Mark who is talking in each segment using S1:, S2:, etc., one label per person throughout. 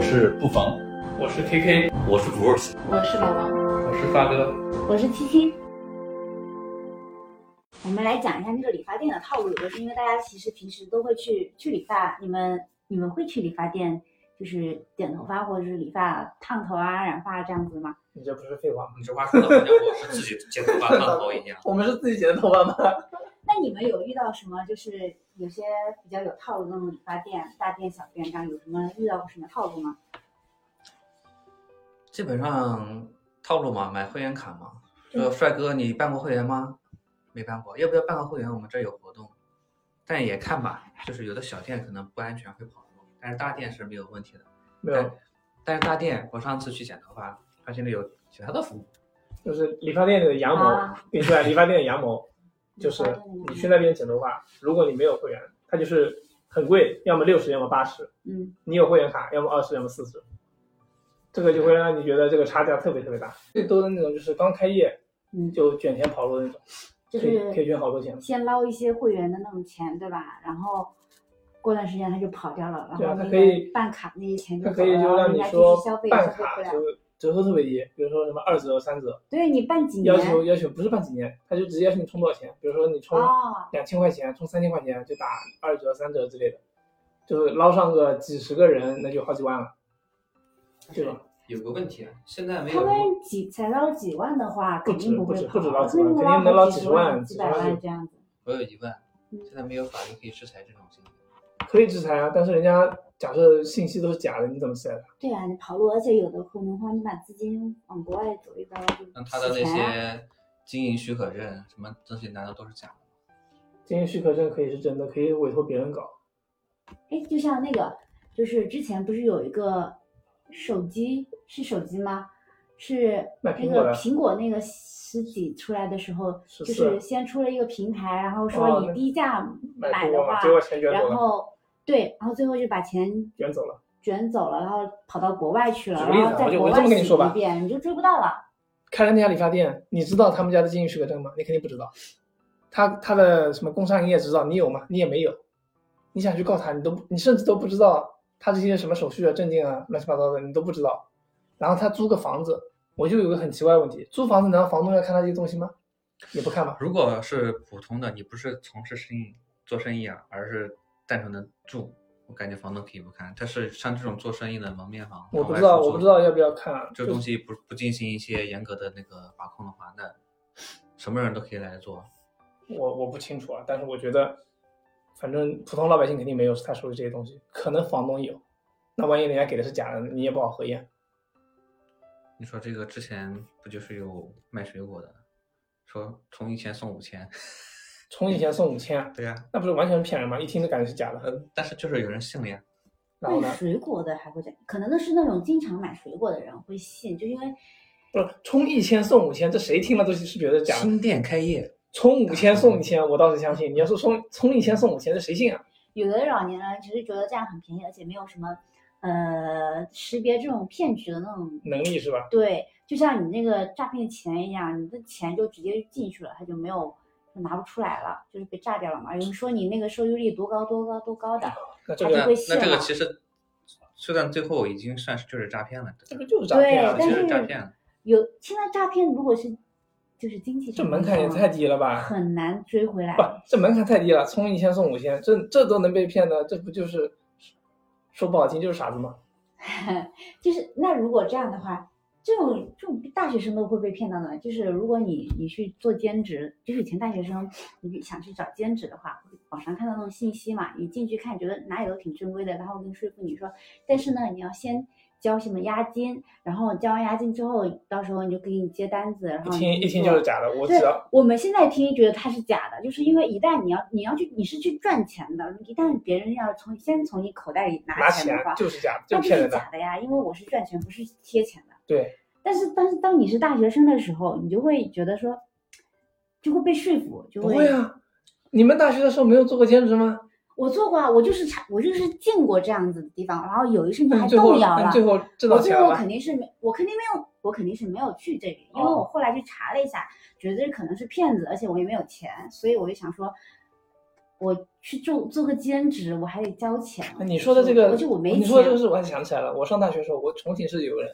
S1: 是不妨，
S2: 我是 KK，
S3: 我是 Bruce，
S4: 我是老王，
S2: 我是发哥。
S4: 我是七七。我们来讲一下这个理发店的套路，有的是因为大家其实平时都会去去理发，你们你们会去理发店就是剪头发或者是理发烫头啊、染发这样子吗？
S5: 你这不是废话吗？。
S3: 你这话说的好像我 是自己剪头发烫头一样
S5: 我们是自己剪的头发吗？
S4: 那你们有遇到什么就是有些比较有套路的那种理发店，大店小店这样有什么遇到过什么套路吗？
S3: 基本上套路嘛，买会员卡嘛。说帅哥，你办过会员吗？没办过，要不要办个会员？我们这儿有活动，但也看吧，就是有的小店可能不安全会跑路，但是大店是没有问题的。
S5: 没有，
S3: 但是大店，我上次去剪头发，发现了有其他的服务，
S5: 就是理发店里的羊毛，
S4: 啊
S5: 跟你说啊，理发店的羊 毛就
S4: 理
S5: 是
S4: 发店的
S5: 你
S4: 那
S5: 去
S4: 种
S5: 那边剪头发，如果你没有会员，它就是很贵，要么六十，要么八十；
S4: 嗯，
S5: 你有会员卡，要么二十，要么四十。这个就会让你觉得这个差价特别特别大，最多的那种就是刚开业，
S4: 嗯
S5: 就卷钱跑路的那种，
S4: 就
S5: 可以可以
S4: 是
S5: 卷好多钱。
S4: 先捞一些会员的那种钱，对吧？然后。过段时间他就跑掉了，然
S5: 对啊
S4: 后
S5: 他
S4: 那
S5: 可
S4: 个
S5: 以
S4: 办卡那些钱
S5: 它
S4: 就
S5: 可
S4: 走
S5: 以
S4: 了，然
S5: 就
S4: 后
S5: 让
S4: 人
S5: 你
S4: 家继
S5: 说
S4: 续消费也消
S5: 办
S4: 费不
S5: 卡
S4: 了
S5: 就。折扣特别低，比如说什么二折、三折，
S4: 对你办几年
S5: 要求要求不是办几年，他就直接要求你充多少钱，比如说你充
S4: 哦，
S5: 两千块钱，充三千块钱就打二折、三折之类的，就是捞上个几十个人，那就好几万了，对
S4: 嗯
S5: 吧？
S3: 有个问题啊，现在没
S4: 他们几才捞几万的话，
S5: 不
S4: 肯定
S5: 止
S4: 会
S5: 不止
S4: 跑，
S5: 不止捞几
S4: 那
S5: 万肯定能捞
S4: 几
S5: 几
S4: 十
S5: 十万
S4: 几
S5: 几
S4: 百
S5: 十万
S4: 万
S5: 就
S4: 这样子。
S3: 我有疑问
S4: 嗯，
S3: 现在没有法律可以制裁这种行为。
S5: 可以制裁啊，但是人家假设信息都是假的，你怎么制裁他？
S4: 对啊，你跑路，而且有的可能会你把资金往国外走一走，就
S3: 那他的那
S4: 洗钱啊
S3: 些经营许可证什么这些，难道都是假的？
S5: 经营许可证可以是真的，可以委托别人搞。
S4: 哎，就像那个，就是之前不是有一个手机是手机吗？是
S5: 卖
S4: 那
S5: 苹果
S4: 个
S5: 的
S4: 苹果那个十几出来的时候，就
S5: 14
S4: 是先出了一个平台，然后
S5: 啊哦
S4: 说
S5: 那
S4: 以低价买
S5: 买
S4: 的
S5: 多
S4: 话
S5: 嘛，，结果钱卷走
S4: 然
S5: 了，
S4: 后对，然后最后就把钱
S5: 卷走了。
S4: 卷走了，然后跑到国外去了，
S5: 举个
S4: 然
S5: 例子
S4: 后
S5: 啊
S4: 在
S5: 我就
S4: 国
S5: 我就这
S4: 外
S5: 么跟你
S4: 洗
S5: 说吧
S4: 一遍，你就追不到了。
S5: 开了那家理发店，你知道他们家的经营许可证吗？你肯定不知道。他他的什么工商营业执照你有吗？你也没有。你想去告他，你都不你甚至都不知道他这些什么手续啊、证件啊、乱七八糟的，你都不知道。然后他租个房子，我就有个很奇怪的问题：租房子难道房东要看他这些东西吗？也不看吧。
S3: 如果是普通的，你不是从事生意做生意啊，而是单纯的住，我感觉房东可以不看。但是像这种做生意的门面房，
S5: 我
S3: 往
S5: 不
S3: 外
S5: 知道，
S3: 出租
S5: 我不知道要不要看啊。
S3: 这东西不不进行一些严格的那个把控的话，那什么人都可以来做。
S5: 我我不清楚啊，但是我觉得，反正普通老百姓肯定没有他手里这些东西，可能房东有。那万一人家给的是假的，你也不好核验。
S3: 你说这个之前不就是有卖水果的，说充一千送五千？
S5: 充一千送五千，
S3: 对呀、
S5: 那不是完全骗人吗？一听就感觉是假的。
S3: 呃，但是就是有人信了呀。
S5: 然后呢
S4: 卖，水果的还会这样，可能都是那种经常买水果的人会信，就因为
S5: 不是充一千送五千，这谁听了都是觉得假的。
S3: 新店开业，
S5: 充五千
S4: 嗯
S5: 送一千，我倒是相信。你要说充充一千送五千，这谁信啊？
S4: 有的老年人只是觉得这样很便宜，而且没有什么呃识别这种骗局的那种
S5: 能力是吧？
S4: 对，就像你那个诈骗钱一样，你的钱就直接进去了，他就没有就拿不出来了，就是被炸掉了嘛。有人说你那个收益率多高多高多高的，
S5: 那这
S4: 还
S3: 那
S4: 是
S5: 个
S4: 会信
S3: 那这个
S4: 了
S3: 其实虽然最后已经算是就是诈骗了，
S5: 这
S3: 对吧
S5: 个就是诈骗啊！
S4: 对
S5: 这
S3: 其实是
S4: 但
S3: 诈
S4: 是
S3: 骗了。
S4: 有现在诈骗如果是就是经济
S5: 这
S4: 上
S5: 门
S4: 的
S5: 槛也
S4: 话
S5: 太低了吧？
S4: 很难追回来
S5: 不。，这门槛太低了，充一千送五千，这这都能被骗的，这不就是说不好听就是傻子吗？
S4: 就是那如果这样的话，这种这种大学生都会被骗到的。就是如果你你去做兼职，就是以前大学生你想去找兼职的话，网上看到那种信息嘛，你进去看觉得哪里都挺正规的，然后跟说服你说，但是呢，你要先。交什么押金，然后交完押金之后，到时候你就给你接单子，然
S5: 一
S4: 后
S5: 听
S4: 你
S5: 一
S4: 去
S5: 听
S4: 做
S5: 就是假啊的，我只
S4: 嗯对
S5: 要，
S4: 我们现在听觉得它是假的，就是因为一旦你要你要去你是去赚钱的，一旦别人要从先从你口袋里拿
S5: 拿
S4: 钱
S5: 钱
S4: 的话，
S5: 就是假的，
S4: 那
S5: 就是骗
S4: 这是
S5: 人的。
S4: 假的呀，因为我是赚钱不是贴钱的。
S5: 对，
S4: 但是但是当你是大学生的时候，你就会觉得说，就会被说服，就
S5: 不
S4: 会。
S5: 会啊，你们大学的时候没有做过兼职吗？
S4: 我做过啊，我就是查我就是进过这样子的地方，然后有一瞬间
S5: 那嗯
S4: 还
S5: 你最后
S4: 动摇
S5: 那
S4: 了
S5: 你。最后挣到
S4: 我最
S5: 钱
S4: 后
S5: 了吗？
S4: 肯定是没，我肯定没有，我肯定是没有去这里，因为
S5: 哦
S4: 我后来去查了一下，觉得这可能是骗子，而且我也没有钱，所以我就想说，我去做做个兼职，我还得交钱
S5: 那。你说的这个，
S4: 我就我没
S5: 你说的这个
S4: 钱。
S5: 事，我还想起来了。我上大学的时候，我重庆是有人，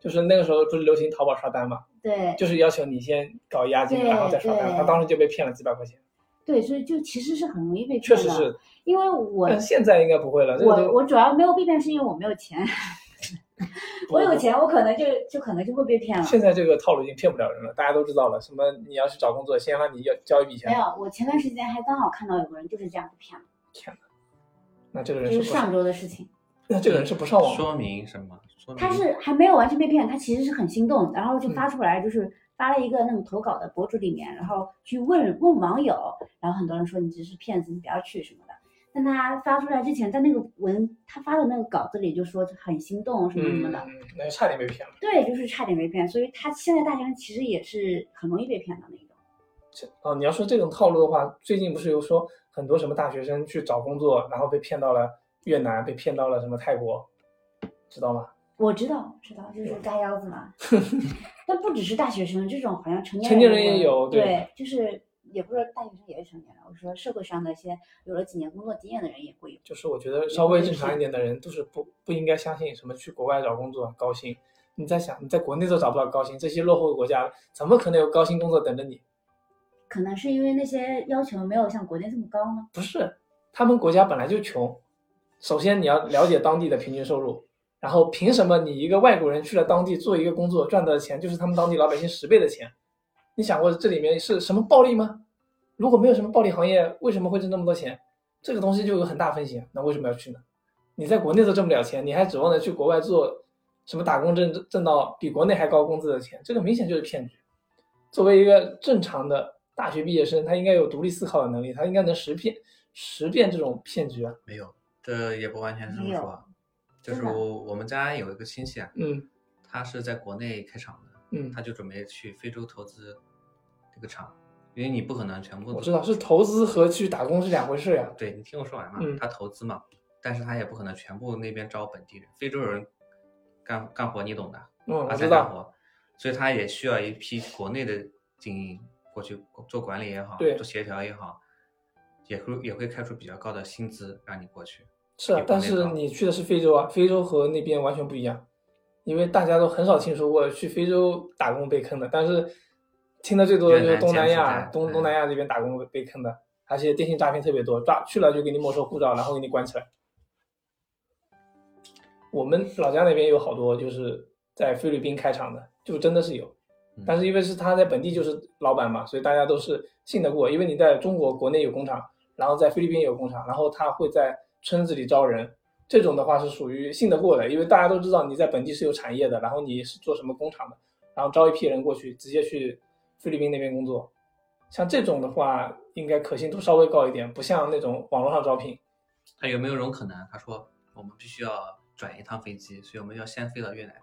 S5: 就是那个时候不是流行淘宝刷单嘛，
S4: 对
S5: 就是要求你先搞押金，
S4: 对
S5: 然后再刷单。
S4: 对
S5: 他当时就被骗了几百块钱，
S4: 对，所以就其实是很容易被
S5: 确
S4: 骗的。
S5: 实是。
S4: 因为我
S5: 但现在应该不会了，这个
S4: 我
S5: 都
S4: 我主要没有被骗，是因为我没 有钱。
S5: 不
S4: 我有钱，我可能就就可能就会被骗了。
S5: 现在这个套路已经骗不了人了，大家都知道了。什么你要去找工作，先让你要交一笔钱
S4: 没，有，我前段时间还刚好看到有个人就是这样被骗了，
S5: 那这个
S4: 就
S5: 人是
S4: 是
S5: 不
S4: 上周的事情。
S5: 那这个人是不上网的。
S3: 说明什么？说
S5: 嗯
S3: 明
S4: 他是还没有完全被骗，他其实是很心动，然后就发出来，就是发了一个那种投稿的博主里面，然后去问问网友，然后很多人说你这是骗子，你不要去什么的。但他发出来之前，在那个文他发的那个稿子里就说很心动什么什么
S5: 嗯
S4: 的，，
S5: 那就差点被骗了。
S4: 对，就是差点被骗，所以他现在大学生其实也是很容易被骗的那种。
S5: 这哦，你要说这种套路的话，最近不是有说很多什么大学生去找工作，然后被骗到了越南，被骗到了什么泰国，知道吗？
S4: 我知道，知道，就是嘎腰 子嘛。但不只是大学生，这种好像成年
S5: 成年人
S4: 也
S5: 也有
S4: 对
S5: 对
S4: 就是也不是说大学生也是成年人，我说社会上的一些有了几年工作经验的人也会有。
S5: 就是我觉得稍微正常一点的人，都是不不应该相信什么去国外找工作高薪。你在想，你在国内都找不到高薪，这些落后的国家怎么可能有高薪工作等着你？
S4: 可能是因为那些要求没有像国内这么高呢。
S5: 不是，他们国家本来就穷。首先你要了解当地的平均收入，然后凭什么你一个外国人去了当地做一个工作赚的钱就是他们当地老百姓十倍的钱？你想过这里面是什么暴利吗？如果没有什么暴利行业，为什么会挣那么多钱？这个东西就有很大风险，那为什么要去呢？你在国内都挣不了钱，你还指望着去国外做什么打工挣挣到比国内还高工资的钱？这个明显就是骗局。作为一个正常的大学毕业生，他应该有独立思考的能力，他应该能识骗识辨这种骗局啊。
S3: 没有，这呃也不完全这
S4: 没
S3: 么
S4: 有
S3: 说。啊就
S4: 真
S3: 是
S4: 的
S3: 我我们家有一个亲戚啊，
S5: 嗯
S3: 他是在国内开厂的，
S5: 嗯，
S3: 他就准备去非洲投资这个厂，因为你不可能全部
S5: 我
S3: 都
S5: 知道是投资和去打工是两回事呀、
S3: 对你听我说完嘛，
S5: 嗯
S3: 他投资嘛，但是他也不可能全部那边招本地人，非洲人干干活你懂的，
S5: 嗯，我
S3: 阿
S5: 知
S3: 塞干
S5: 道，
S3: 活，所以他也需要一批国内的精英过去做管理也好，
S5: 对
S3: 做协调也好，也会也会开出比较高的薪资让你过去。
S5: 是啊
S3: 有，
S5: 但
S3: 国内
S5: 是
S3: 高
S5: 你去的是非洲啊，非洲和那边完全不一样，因为大家都很少听说过去非洲打工被坑的，但是听的最多的就
S3: 越
S5: 是
S3: 南
S5: 东南
S3: 柬埔
S5: 亚，
S3: 寨
S5: 东
S3: 嗯
S5: 东南亚这边打工被坑的，而且电信诈骗特别多，抓去了就给你没收护照，然后给你关起来。我们老家那边有好多就是在菲律宾开厂的，就真的是有，
S3: 嗯
S5: 但是因为是他在本地就是老板嘛，所以大家都是信得过。因为你在中国国内有工厂，然后在菲律宾有工厂，然后他会在村子里招人，这种的话是属于信得过的，因为大家都知道你在本地是有产业的，然后你是做什么工厂的，然后招一批人过去，直接去菲律宾那边工作。像这种的话，应该可信度稍微高一点，不像那种网络上招聘。
S3: 他有没有这种可能？他说我们必须要转一趟飞机，所以我们要先飞到越南。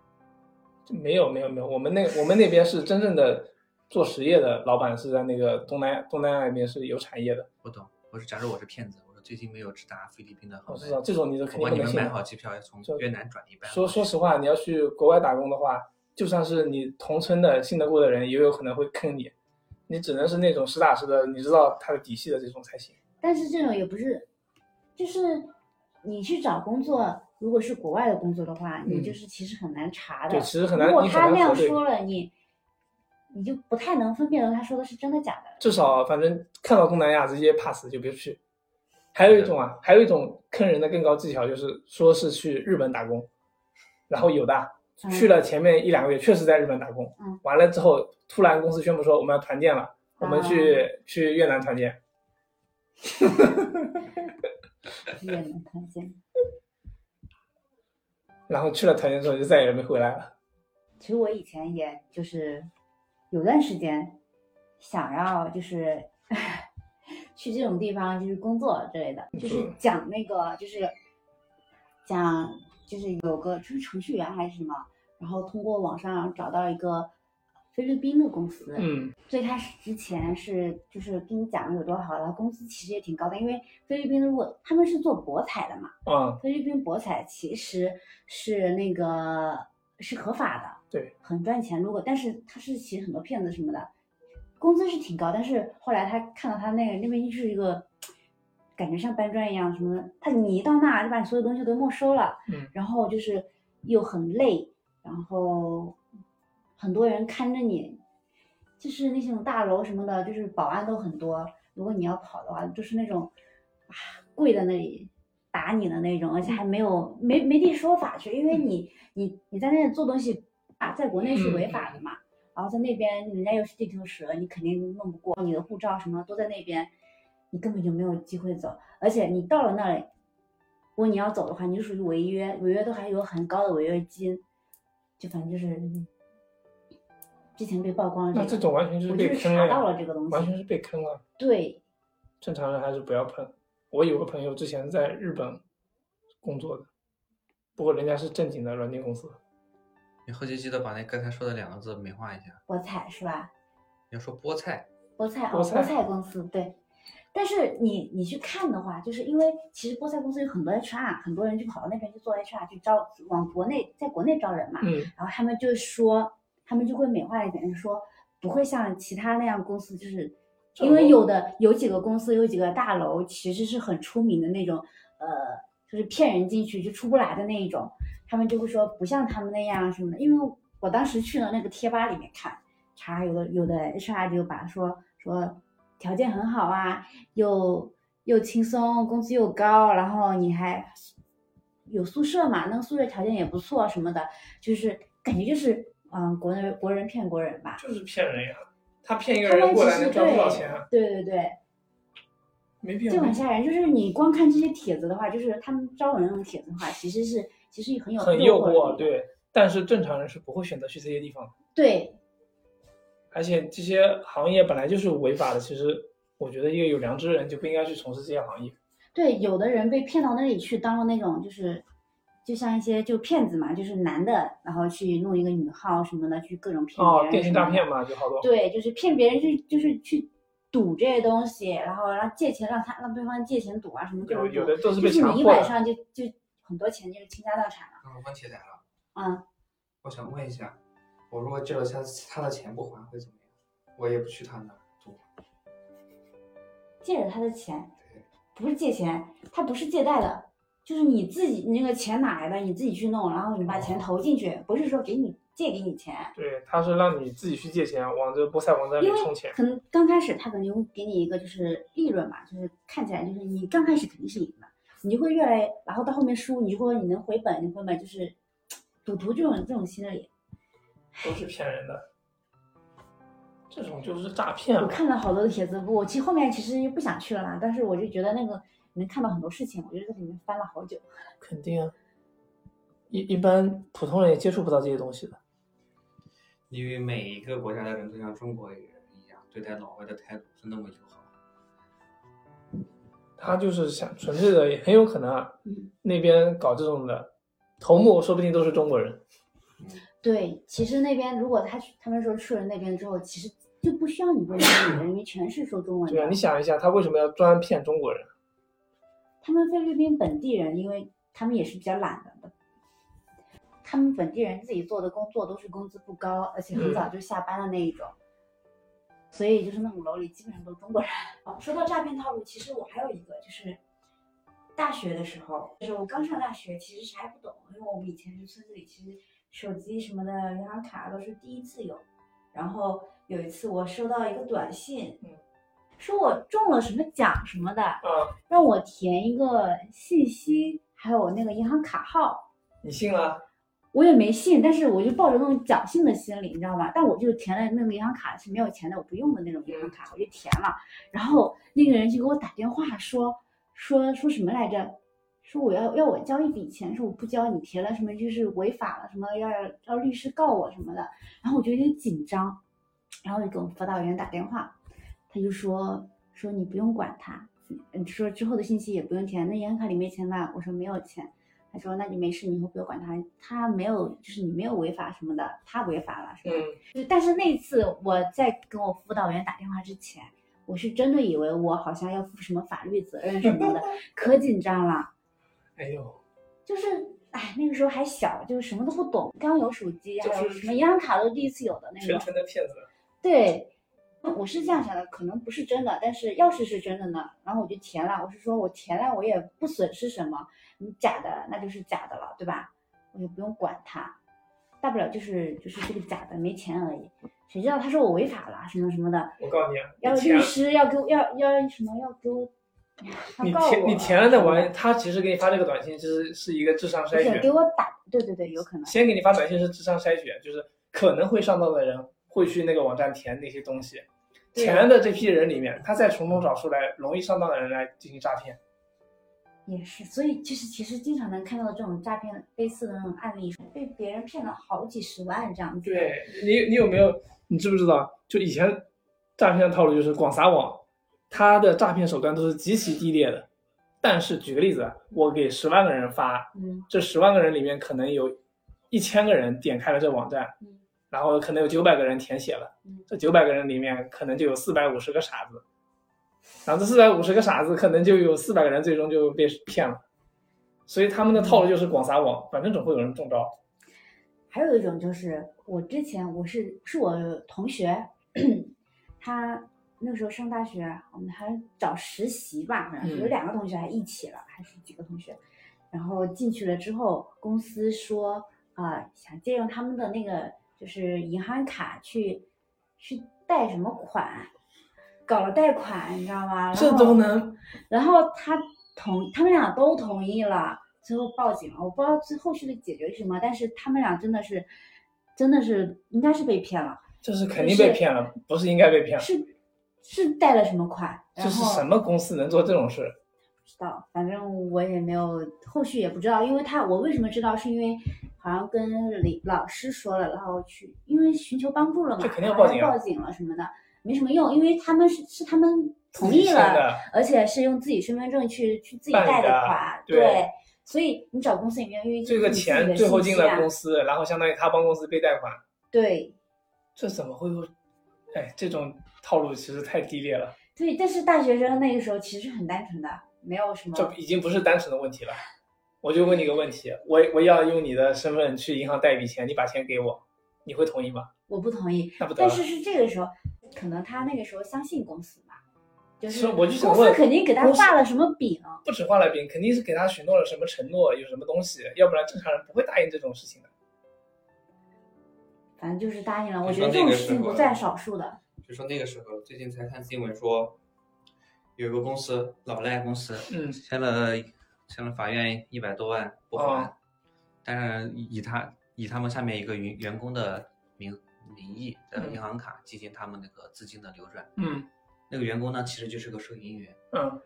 S5: 没有没有没有，我们那我们那边是真正的做实业的老板是在那个东南亚东南亚那边是有产业的。
S3: 我懂，我说假如我是骗子，我说最近没有直达菲律宾的航
S5: 我
S3: 班
S5: 知，道这种你都肯
S3: 我
S5: 定不
S3: 帮你
S5: 能
S3: 们
S5: 信
S3: 买
S5: 的
S3: 好机票，从
S5: 就
S3: 越南转一班。
S5: 说说实话，你要去国外打工的话，就算是你同村的信得过的人，也有可能会坑你。你只能是那种实打实的，你知道他的底细的这种才行。
S4: 但是这种也不是，就是你去找工作，如果是国外的工作的话，你
S5: 嗯
S4: 就是其实很难查的。
S5: 对，其实很难
S4: 如，果
S5: 你
S4: 他
S5: 很
S4: 那
S5: 难
S4: 样
S5: 核对。
S4: 说了，你你就不太能分辨出他说的是真的假的。
S5: 至少反正看到东南亚直接 pass 就别去。还有一种啊，还有一种坑人的更高技巧，就是说是去日本打工，然后有的啊
S4: 嗯
S5: 去了前面一两个月确实在日本打工，
S4: 嗯
S5: 完了之后突然公司宣布说我们要团建了，我
S4: 啊
S5: 们去、去越南团建，
S4: 越南团建，
S5: 然后去了团建之后就再也没回来了。
S4: 其实我以前也就是有段时间想要就是 去这种地方就是工作之类的，就是
S5: 嗯
S4: 讲那个就是讲就是有个就是程序员还是什么，然后通过网上找到一个菲律宾的公司，
S5: 嗯，
S4: 最开始之前是就是跟你讲有多好，然后工资其实也挺高的，因为菲律宾如果他们是做博彩的嘛，
S5: 啊、
S4: 菲律宾博彩其实是那个是合法的，
S5: 对，
S4: 很赚钱。如果但是他是其实很多骗子什么的，工资是挺高，但是后来他看到他那个那边就是一个感觉像搬砖一样什么的，他你一到那就把你所有东西都没收了，
S5: 嗯，
S4: 然后就是又很累，然后很多人看着你，就是那种大楼什么的，就是保安都很多，如果你要跑的话，就是那种啊跪在那里打你的那种，而且还没有没没地说法去，因为你你你在那里做东西啊，在国内是违法的嘛。然后在那边人家又是地头蛇，你肯定弄不过，你的护照什么都在那边，你根本就没有机会走。而且你到了那里，如果你要走的话，你就属于违约，违约都还有很高的违约金，就反正就是之前被曝光了
S5: 那这
S4: 这
S5: 种完全
S4: 我
S5: 就是
S4: 就
S5: 被
S4: 是
S5: 坑了
S4: 查
S5: 呀
S4: 到了这个东
S5: 完全
S4: 西，
S5: 是被坑了。
S4: 对，
S5: 正常人还是不要碰。我有个朋友之前在日本工作的，不过人家是正经的软件公司，
S3: 你后期记得把那刚才说的两个字美化一下，
S4: 菠菜是吧？
S3: 要说菠菜，
S4: 菠菜
S5: 菠
S4: 哦，
S5: 菜
S4: 菠菜公司对。但是你你去看的话，就是因为其实菠菜公司有很多 HR，很多人就跑到那边去做 HR，去招往国内在国内招人嘛。
S5: 嗯，
S4: 然后他们就说，他们就会美化一点，说不会像其他那样公司，就是因为有的有几个公司有几个大楼其实是很出名的那种，呃，就是骗人进去就出不来的那一种，他们就会说不像他们那样什么的。因为我当时去了那个贴吧里面看，查有的有的 HR 就把说说条件很好啊，又又轻松，工资又高，然后你还有宿舍嘛，那个宿舍条件也不错什么的，就是感觉就是嗯，国人国人骗国人吧。
S5: 就是骗人呀。他骗一
S4: 他们其实对对对对，
S5: 啊没必
S4: 就很吓人。就是你光看这些帖子的话，就是他们招人那种帖子的话，其实是其实很有
S5: 很诱惑，啊
S4: 惑力的。
S5: 对。但是正常人是不会选择去这些地方的，
S4: 对
S5: 而且这些行业本来就是违法的。其实我觉得一个有良知的人就不应该去从事这些行业。
S4: 对，有的人被骗到那里去当了那种就是。就像一些就骗子嘛，就是男的，然后去弄一个女号什么的，去各种骗别
S5: 哦
S4: 人，
S5: 电信
S4: 什么
S5: 诈
S4: 的
S5: 骗嘛，就好多。
S4: 对，就是骗别人去，就是去赌这些东西，然后让借钱，让他让对方借钱赌啊什么各
S5: 有
S4: 种
S5: 有
S4: 赌，
S5: 的都是
S4: 就
S5: 被
S4: 是
S5: 强
S4: 你一
S5: 迫
S4: 晚
S5: 的。
S4: 上就就很多钱就是倾家荡产了。
S2: 啊，问题来了，
S4: 嗯，
S2: 我想问一下，我如果借了他他的钱不还会怎么样？我也不去他那儿住，
S4: 借了他的钱
S2: 对，
S4: 不是借钱，他不是借贷的，就是你自己你那个钱哪来的，你自己去弄，然后你把
S5: 哦
S4: 钱投进去，不是说给你借给你钱。
S5: 对，他是让你自己去借钱，往这个菠菜网站里
S4: 因为
S5: 充钱。
S4: 可能刚开始他可能会给你一个就是利润嘛，就是看起来就是你刚开始肯定是赢的，你就会越来，然后到后面输，你就会你能回本，你回本就是赌徒这种这种心理，
S5: 都是骗人的，这种就是诈骗
S4: 我
S5: 嘛。
S4: 看了好多的帖子，我其实后面其实就不想去了啦，但是我就觉得那个能看到很多事情，我就在里面翻了好久。
S5: 肯定啊，一一般普通人也接触不到这些东西的。
S2: 因为每一个国家的人都像中国人一样，对待老外的态度是那么友好。
S5: 他就是想纯粹的，也很有可能啊，
S4: 嗯
S5: 那边搞这种的头目说不定都是中国人。
S4: 对，其实那边如果他去，他们说去了那边之后，其实就不需要你会说英语了，因为全是说中文
S5: 对啊，
S4: 的
S5: 你。想一下，他为什么要专骗中国人？
S4: 他们菲律宾本地人，因为他们也是比较懒的，他们本地人自己做的工作都是工资不高，而且很早就下班的那一种，所以就是那种楼里基本上都是中国人。哦 说到诈骗套路，其实我还有一个就是。大学的时候，就是我刚上大学，其实啥也不懂，因为我们以前是村子里，其实手机什么的、银行卡都是第一次有。然后有一次我收到一个短信，
S5: 嗯
S4: 说我中了什么奖什么的，
S5: 啊，
S4: 让我填一个信息，还有那个银行卡号，
S5: 你信了？
S4: 我也没信，但是我就抱着那种侥幸的心理，你知道吧？但我就填了那个银行卡是没有钱的，我不用的那种银行卡，我就填了。然后那个人就给我打电话说说说什么来着？说我要要我交一笔钱，说我不交你填了什么就是违法了，什么要要律师告我什么的。然后我就有点紧张，然后就给我们辅导员打电话，他就说说你不用管他，嗯，说之后的信息也不用填，那银行卡里没钱吧？我说没有钱，他说那你没事，你以后不要管他，他没有就是你没有违法什么的，他违法了什么的。
S5: 嗯，
S4: 就是但是那一次我在跟我辅导员打电话之前，我是真的以为我好像要负什么法律责任什 么的，可紧张了。
S5: 哎呦，
S4: 就是哎，那个时候还小，就是什么都不懂，刚有手机，
S5: 就
S4: 还有
S5: 是
S4: 什么银行卡都第一次有的那
S5: 全
S4: 种。
S5: 纯的骗子。
S4: 对，我是这样想的，可能不是真的，但是要是是真的呢，然后我就填了。我是说我填了，我也不损失什么，你假的那就是假的了，对吧？我就不用管它，大不了就是就是这个假的没钱而已。谁知道他说我违法了什么什么的，
S5: 我告诉你啊，
S4: 要
S5: 你填
S4: 律师要给我要要什么要给 我，要
S5: 你
S4: 告我
S5: 填你
S4: 了
S5: 填了
S4: 什
S5: 那
S4: 么
S5: 玩意
S4: 的
S5: 儿，他其实给你发这个短信，就是是一个智商
S4: 不
S5: 筛
S4: 是
S5: 选
S4: 给。我打，对对对，有可能。
S5: 先给你发短信是智商筛选，就是可能会上当的人会去那个网站填那些东西。
S4: 对
S5: 填的这批人里面，他再从中找出来容易上当的人来进行诈骗。
S4: 也是，所以就是其实经常能看到这种诈骗类似的那种案例，被别人骗了好几十万这样子。，
S5: 你，你有没有？你知不知道？就以前诈骗的套路就是广撒网，他的诈骗手段都是极其低劣的。但是举个例子啊，我给十万个人发，
S4: 嗯
S5: 这十万个人里面可能有一千个人点开了这网站，
S4: 嗯
S5: 然后可能有九百个人填写了，
S4: 嗯
S5: 这九百个人里面可能就有四百五十个傻子，然后这四百五十个傻子可能就有四百个人最终就被骗了，所以他们的套路就是广撒网，反正总会有人中招。
S4: 还有一种就是我之前我是是我同学， 他那个时候上大学，我们还找实习吧，好像是有
S5: 嗯
S4: 两个同学还一起了，还是几个同学，然后进去了之后，公司说啊、想借用他们的那个就是银行卡去去贷什么款，搞了贷款，你知道吗？然
S5: 这
S4: 后
S5: 都能
S4: 然后他同他们俩都同意了，最后报警了。我不知道最后续的解决是什么，但是他们俩真的是，真的是应该是被骗了，
S5: 这是肯定被骗了，不是应该被骗了。
S4: 是是贷了什么款，然
S5: 这
S4: 后
S5: 是什么公司能做这种事？
S4: 不知道，反正我也没有后续也不知道，因为他我为什么知道是因为好像跟李老师说了，然后去因为寻求帮助了嘛，
S5: 这肯定要
S4: 然后
S5: 报警啊
S4: 报警了什么的，没什么用，因为他们是是他们同
S5: 自己
S4: 意
S5: 签
S4: 了。
S5: 的，
S4: 而且是用自己身份证去去自己
S5: 办
S4: 贷的
S5: 的
S4: 款，
S5: 对
S4: 所以你找公司里面，因为
S5: 这
S4: 是
S5: 个
S4: 你自己
S5: 钱
S4: 的
S5: 最后进
S4: 信息
S5: 了
S4: 啊
S5: 公司，然后相当于他帮公司背贷款，
S4: 对
S5: 这怎么会有？哎，这种套路其实太低劣了，
S4: 对，但是大学生那个时候其实很单纯的，没有什么
S5: 这已经不是单纯的问题了。我就问你个问题，我我要用你的身份去银行贷一笔钱，你把钱给我，你会同意吗？
S4: 我不同意，
S5: 那不得
S4: 但
S5: 了。
S4: 是是这个时候，可能他那个时候相信公司吧，就是
S5: 是我就想
S4: 公司
S5: 问
S4: 肯定给他
S5: 公司
S4: 画了什么饼，
S5: 不止画了饼，肯定是给他许诺了什么承诺，有什么东西，要不然正常人不会答应这种事情的。
S4: 反正就是答应了。我
S2: 你
S4: 觉得
S2: 说
S4: 这
S2: 那
S4: 种
S2: 个
S4: 事
S2: 时
S4: 情不
S2: 候
S4: 在少数的，
S2: 就说那个时候，最近才看新闻说，有个公司老赖公司
S5: 嗯，
S3: 签了签了法院一百多万不还，
S5: 哦
S3: 但是以他以他们下面一个员员工的名名义的银行卡进行他们那个资金的流转。
S5: 嗯
S3: 那个员工呢，其实就是个收银员，
S5: 嗯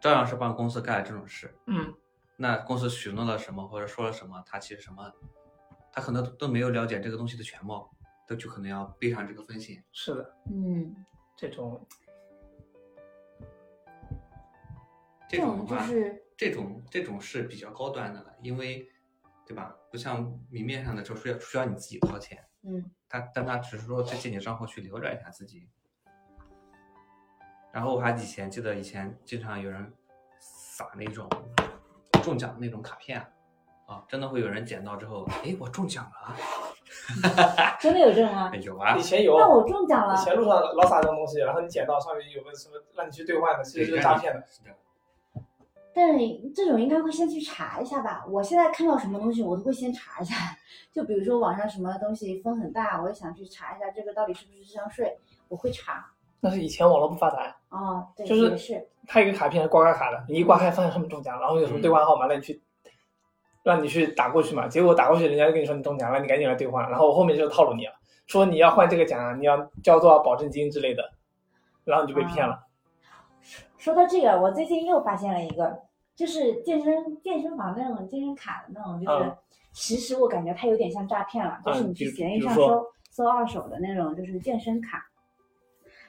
S3: 照样是帮公司干了这种事。
S5: 嗯，
S3: 那公司许诺了什么或者说了什么，他其实什么，他可能都没有了解这个东西的全貌，都就可能要背上这个风险。
S5: 是的，
S4: 嗯，
S5: 这种
S4: 这
S3: 这种的
S4: 哦就
S3: 话，
S4: 是
S3: 这种这种是比较高端的了，因为，对吧？不像明面上的就是要需要你自己掏钱，
S4: 嗯，
S3: 他但他只是说在借你账户去流转一下资金。然后我还以前记得以前经常有人撒那种中奖那种卡片啊，啊真的会有人捡到之后，哎，我中 奖了
S4: 真的有这种
S3: 啊，
S4: 吗？
S3: 哎有啊
S5: 以，前有，
S4: 那我中奖了
S5: 以，前路上老撒这种东西，然后你捡到上面有个什么让你去兑换的，其实就是诈骗的。
S3: 是的。
S4: 但这种应该会先去查一下吧。我现在看到什么东西，我都会先查一下。就比如说网上什么东西风很大，我也想去查一下这个到底是不是智商税，我会查。
S5: 那是以前网络不发达呀，
S4: 哦，对，
S5: 就是
S4: 也是，
S5: 它有一个卡片是刮刮卡的，你一刮开发现上面中奖，然后有什么兑换号码，让你去，让你去打过去嘛。结果打过去，人家就跟你说你中奖了，你赶紧来兑换。然后我后面就套路你了，说你要换这个奖，你要交多少保证金之类的，然后你就被骗了。
S4: 说到这个，我最近又发现了一个，就是健身健身房那种健身卡的那种，就是
S5: 嗯
S4: 其实我感觉它有点像诈骗了，就是
S5: 嗯
S4: 你去
S5: 比如
S4: 闲鱼上
S5: 比如
S4: 搜
S5: 说
S4: 搜二手的那种，就是健身卡，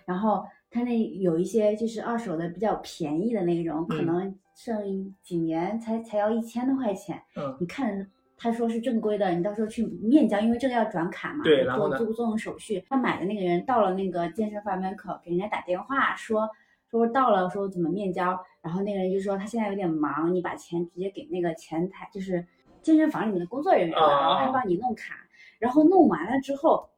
S4: 然后它那有一些就是二手的比较便宜的那种，可
S5: 嗯
S4: 能剩几年才才要一千多块钱，
S5: 嗯，
S4: 你看他说是正规的，你到时候去面交，因为这个要转卡嘛，
S5: 对
S4: 有
S5: 然后
S4: 做
S5: 呢
S4: 做做种手续。他买的那个人到了那个健身房门口，给人家打电话说说到了，说怎么面交，然后那个人就说他现在有点忙，你把钱直接给那个前台，就是健身房里面的工作人员吧，然后他
S5: 啊
S4: 帮你弄卡，然后弄完了之后。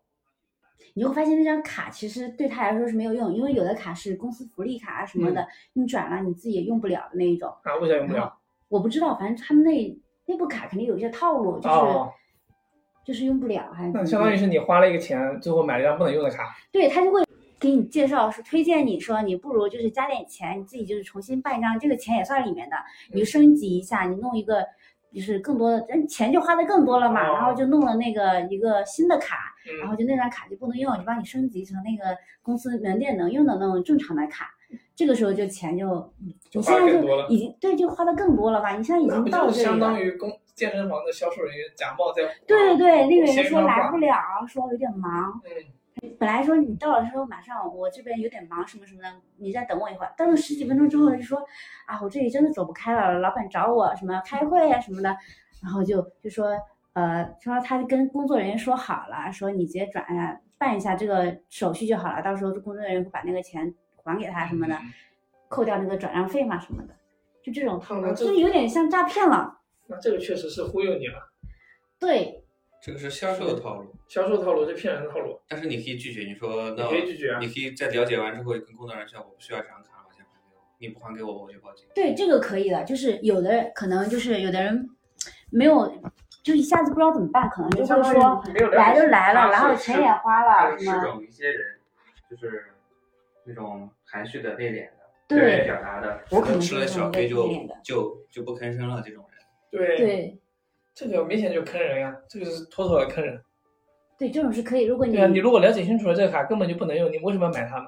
S4: 你会发现那张卡其实对他来说是没有用，因为有的卡是公司福利卡啊什么的，你转了你自己也用不了的那一种。
S5: 啊，为啥嗯用不了？
S4: 我不知道，反正他们那那部卡肯定有一些套路，就是、
S5: 哦，
S4: 就是用不了，还
S5: 那相当于是你花了一个钱，最后买了一张不能用的卡。
S4: 对他就会给你介绍，是推荐你说你不如就是加点钱，你自己就是重新办一张，这个钱也算里面的，
S5: 嗯
S4: 你就升级一下，你弄一个就是更多的，但钱就花的更多了嘛，
S5: 哦
S4: 然后就弄了那个一个新的卡，
S5: 嗯，
S4: 然后就那张卡就不能用，就帮你升级成那个公司门店能用的那种正常的卡。这个时候就钱就，
S5: 嗯
S4: 嗯
S5: 就
S4: 你
S5: 花
S4: 现
S5: 得
S4: 在
S5: 更多了
S4: 就已经对，就花的更多了吧？你现在已
S5: 嗯那
S4: 经
S5: 不
S4: 到
S5: 就
S4: 这里了，
S5: 相当于公健身房的销售人员假冒在
S4: 对对对，那个人
S5: 闲鱼
S4: 说
S5: 上
S4: 来
S5: 挂
S4: 不了，说有点忙。
S5: 嗯，
S4: 本来说你到了之后马上我这边有点忙什么什么的，你再等我一会儿。等了十几分钟之后就说啊，我这里真的走不开了，老板找我什么开会啊什么的，然后就就说呃，说他跟工作人员说好了，说你直接转啊办一下这个手续就好了，到时候工作人员会把那个钱还给他什么的，扣掉那个转让费嘛什么的，就这种套
S5: 那
S4: 路，
S5: 这
S4: 就是有点像诈骗了。
S5: 那这个确实是忽悠你了，
S4: 对，
S3: 这个是销售的套
S4: 嗯
S3: 路，
S5: 销售套路是骗人的套路，
S3: 但是你可以拒绝，你说
S5: 你
S3: 那
S5: 可以拒绝啊
S3: 你可以在了解完之后跟工作人员说，我不需要这张卡了，把钱还给我，你不还给我，我就报警。
S4: 对，这个可以的，就是有的人可能就是有的人没有，就一下子不知道怎么办，可能就会说
S5: 没有
S4: 来就来了，
S2: 他
S4: 然后
S2: 是
S4: 钱
S2: 吃
S4: 也花
S2: 还有
S4: 了，
S2: 是
S4: 什么
S2: 种一些人，就是那种含蓄的、内敛的、
S4: 对
S2: 不愿意表达的，
S4: 我可能
S3: 吃了
S4: 是
S3: 小
S4: 这
S3: 亏
S4: 种
S3: 就
S4: 内敛的
S3: 就就不吭声了，这种人。
S5: 对，
S4: 对
S5: 这个明显就坑人呀、这个是妥妥的坑人。
S4: 对，这种是可以。如果你
S5: 对啊，你如果了解清楚了这个卡根本就不能用，你为什么要买它呢？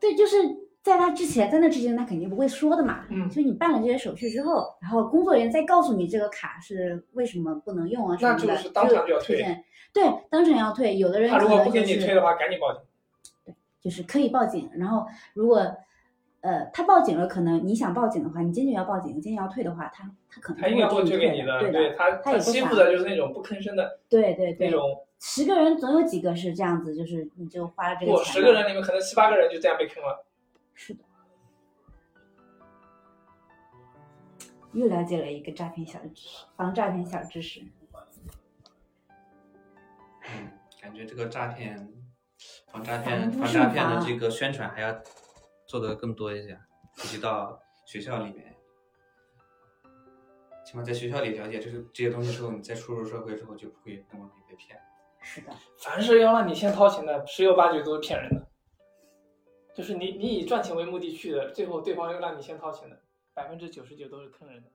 S4: 对就是在他之前，在那之前他肯定不会说的嘛。
S5: 嗯，
S4: 所以你办了这些手续之后，然后工作人员再告诉你这个卡是为什么不能用啊什
S5: 那
S4: 么的，
S5: 就是当场就要退
S4: 推荐。对，当场要退。有的人
S5: 他如
S4: 可
S5: 果
S4: 能
S5: 不给
S4: 就
S5: 你
S4: 是
S5: 退的话，赶紧报警。
S4: 就是可以报警，然后如果呃他报警了，可能你想报警的话，你坚决要报警，坚决要退的话，他他可能
S5: 他应该
S4: 会
S5: 会退给
S4: 给
S5: 你
S4: 的，
S5: 的，
S4: 对的，
S5: 他
S4: 他
S5: 他
S4: 也不
S5: 欺
S4: 傻
S5: 负的就是那种不吭声的
S4: 对对
S5: 那
S4: 对，
S5: 种。
S4: 十个人总有几个是这样子，就是你就花了这
S5: 不，
S4: 个
S5: 十
S4: 钱，
S5: 个人里面可能七八个人就这样被坑了。
S4: 是的。又了解了一个诈骗小知识，防诈骗小知识。
S3: 嗯，感觉这个诈骗，防诈
S4: 防
S3: 骗，
S4: 不
S3: 防
S4: 胜
S3: 诈骗的
S4: 防
S3: 这个宣传还要做得更多一些，普及到学校里面。起码在学校里了解这个这些东西之后，你再出入社会之后就不会那么容易被骗。
S4: 是的，
S5: 凡是要让你先掏钱的，十有八九都是骗人的。就是你你以赚钱为目的去的，最后对方又让你先掏钱的，百分之九十九都是坑人的。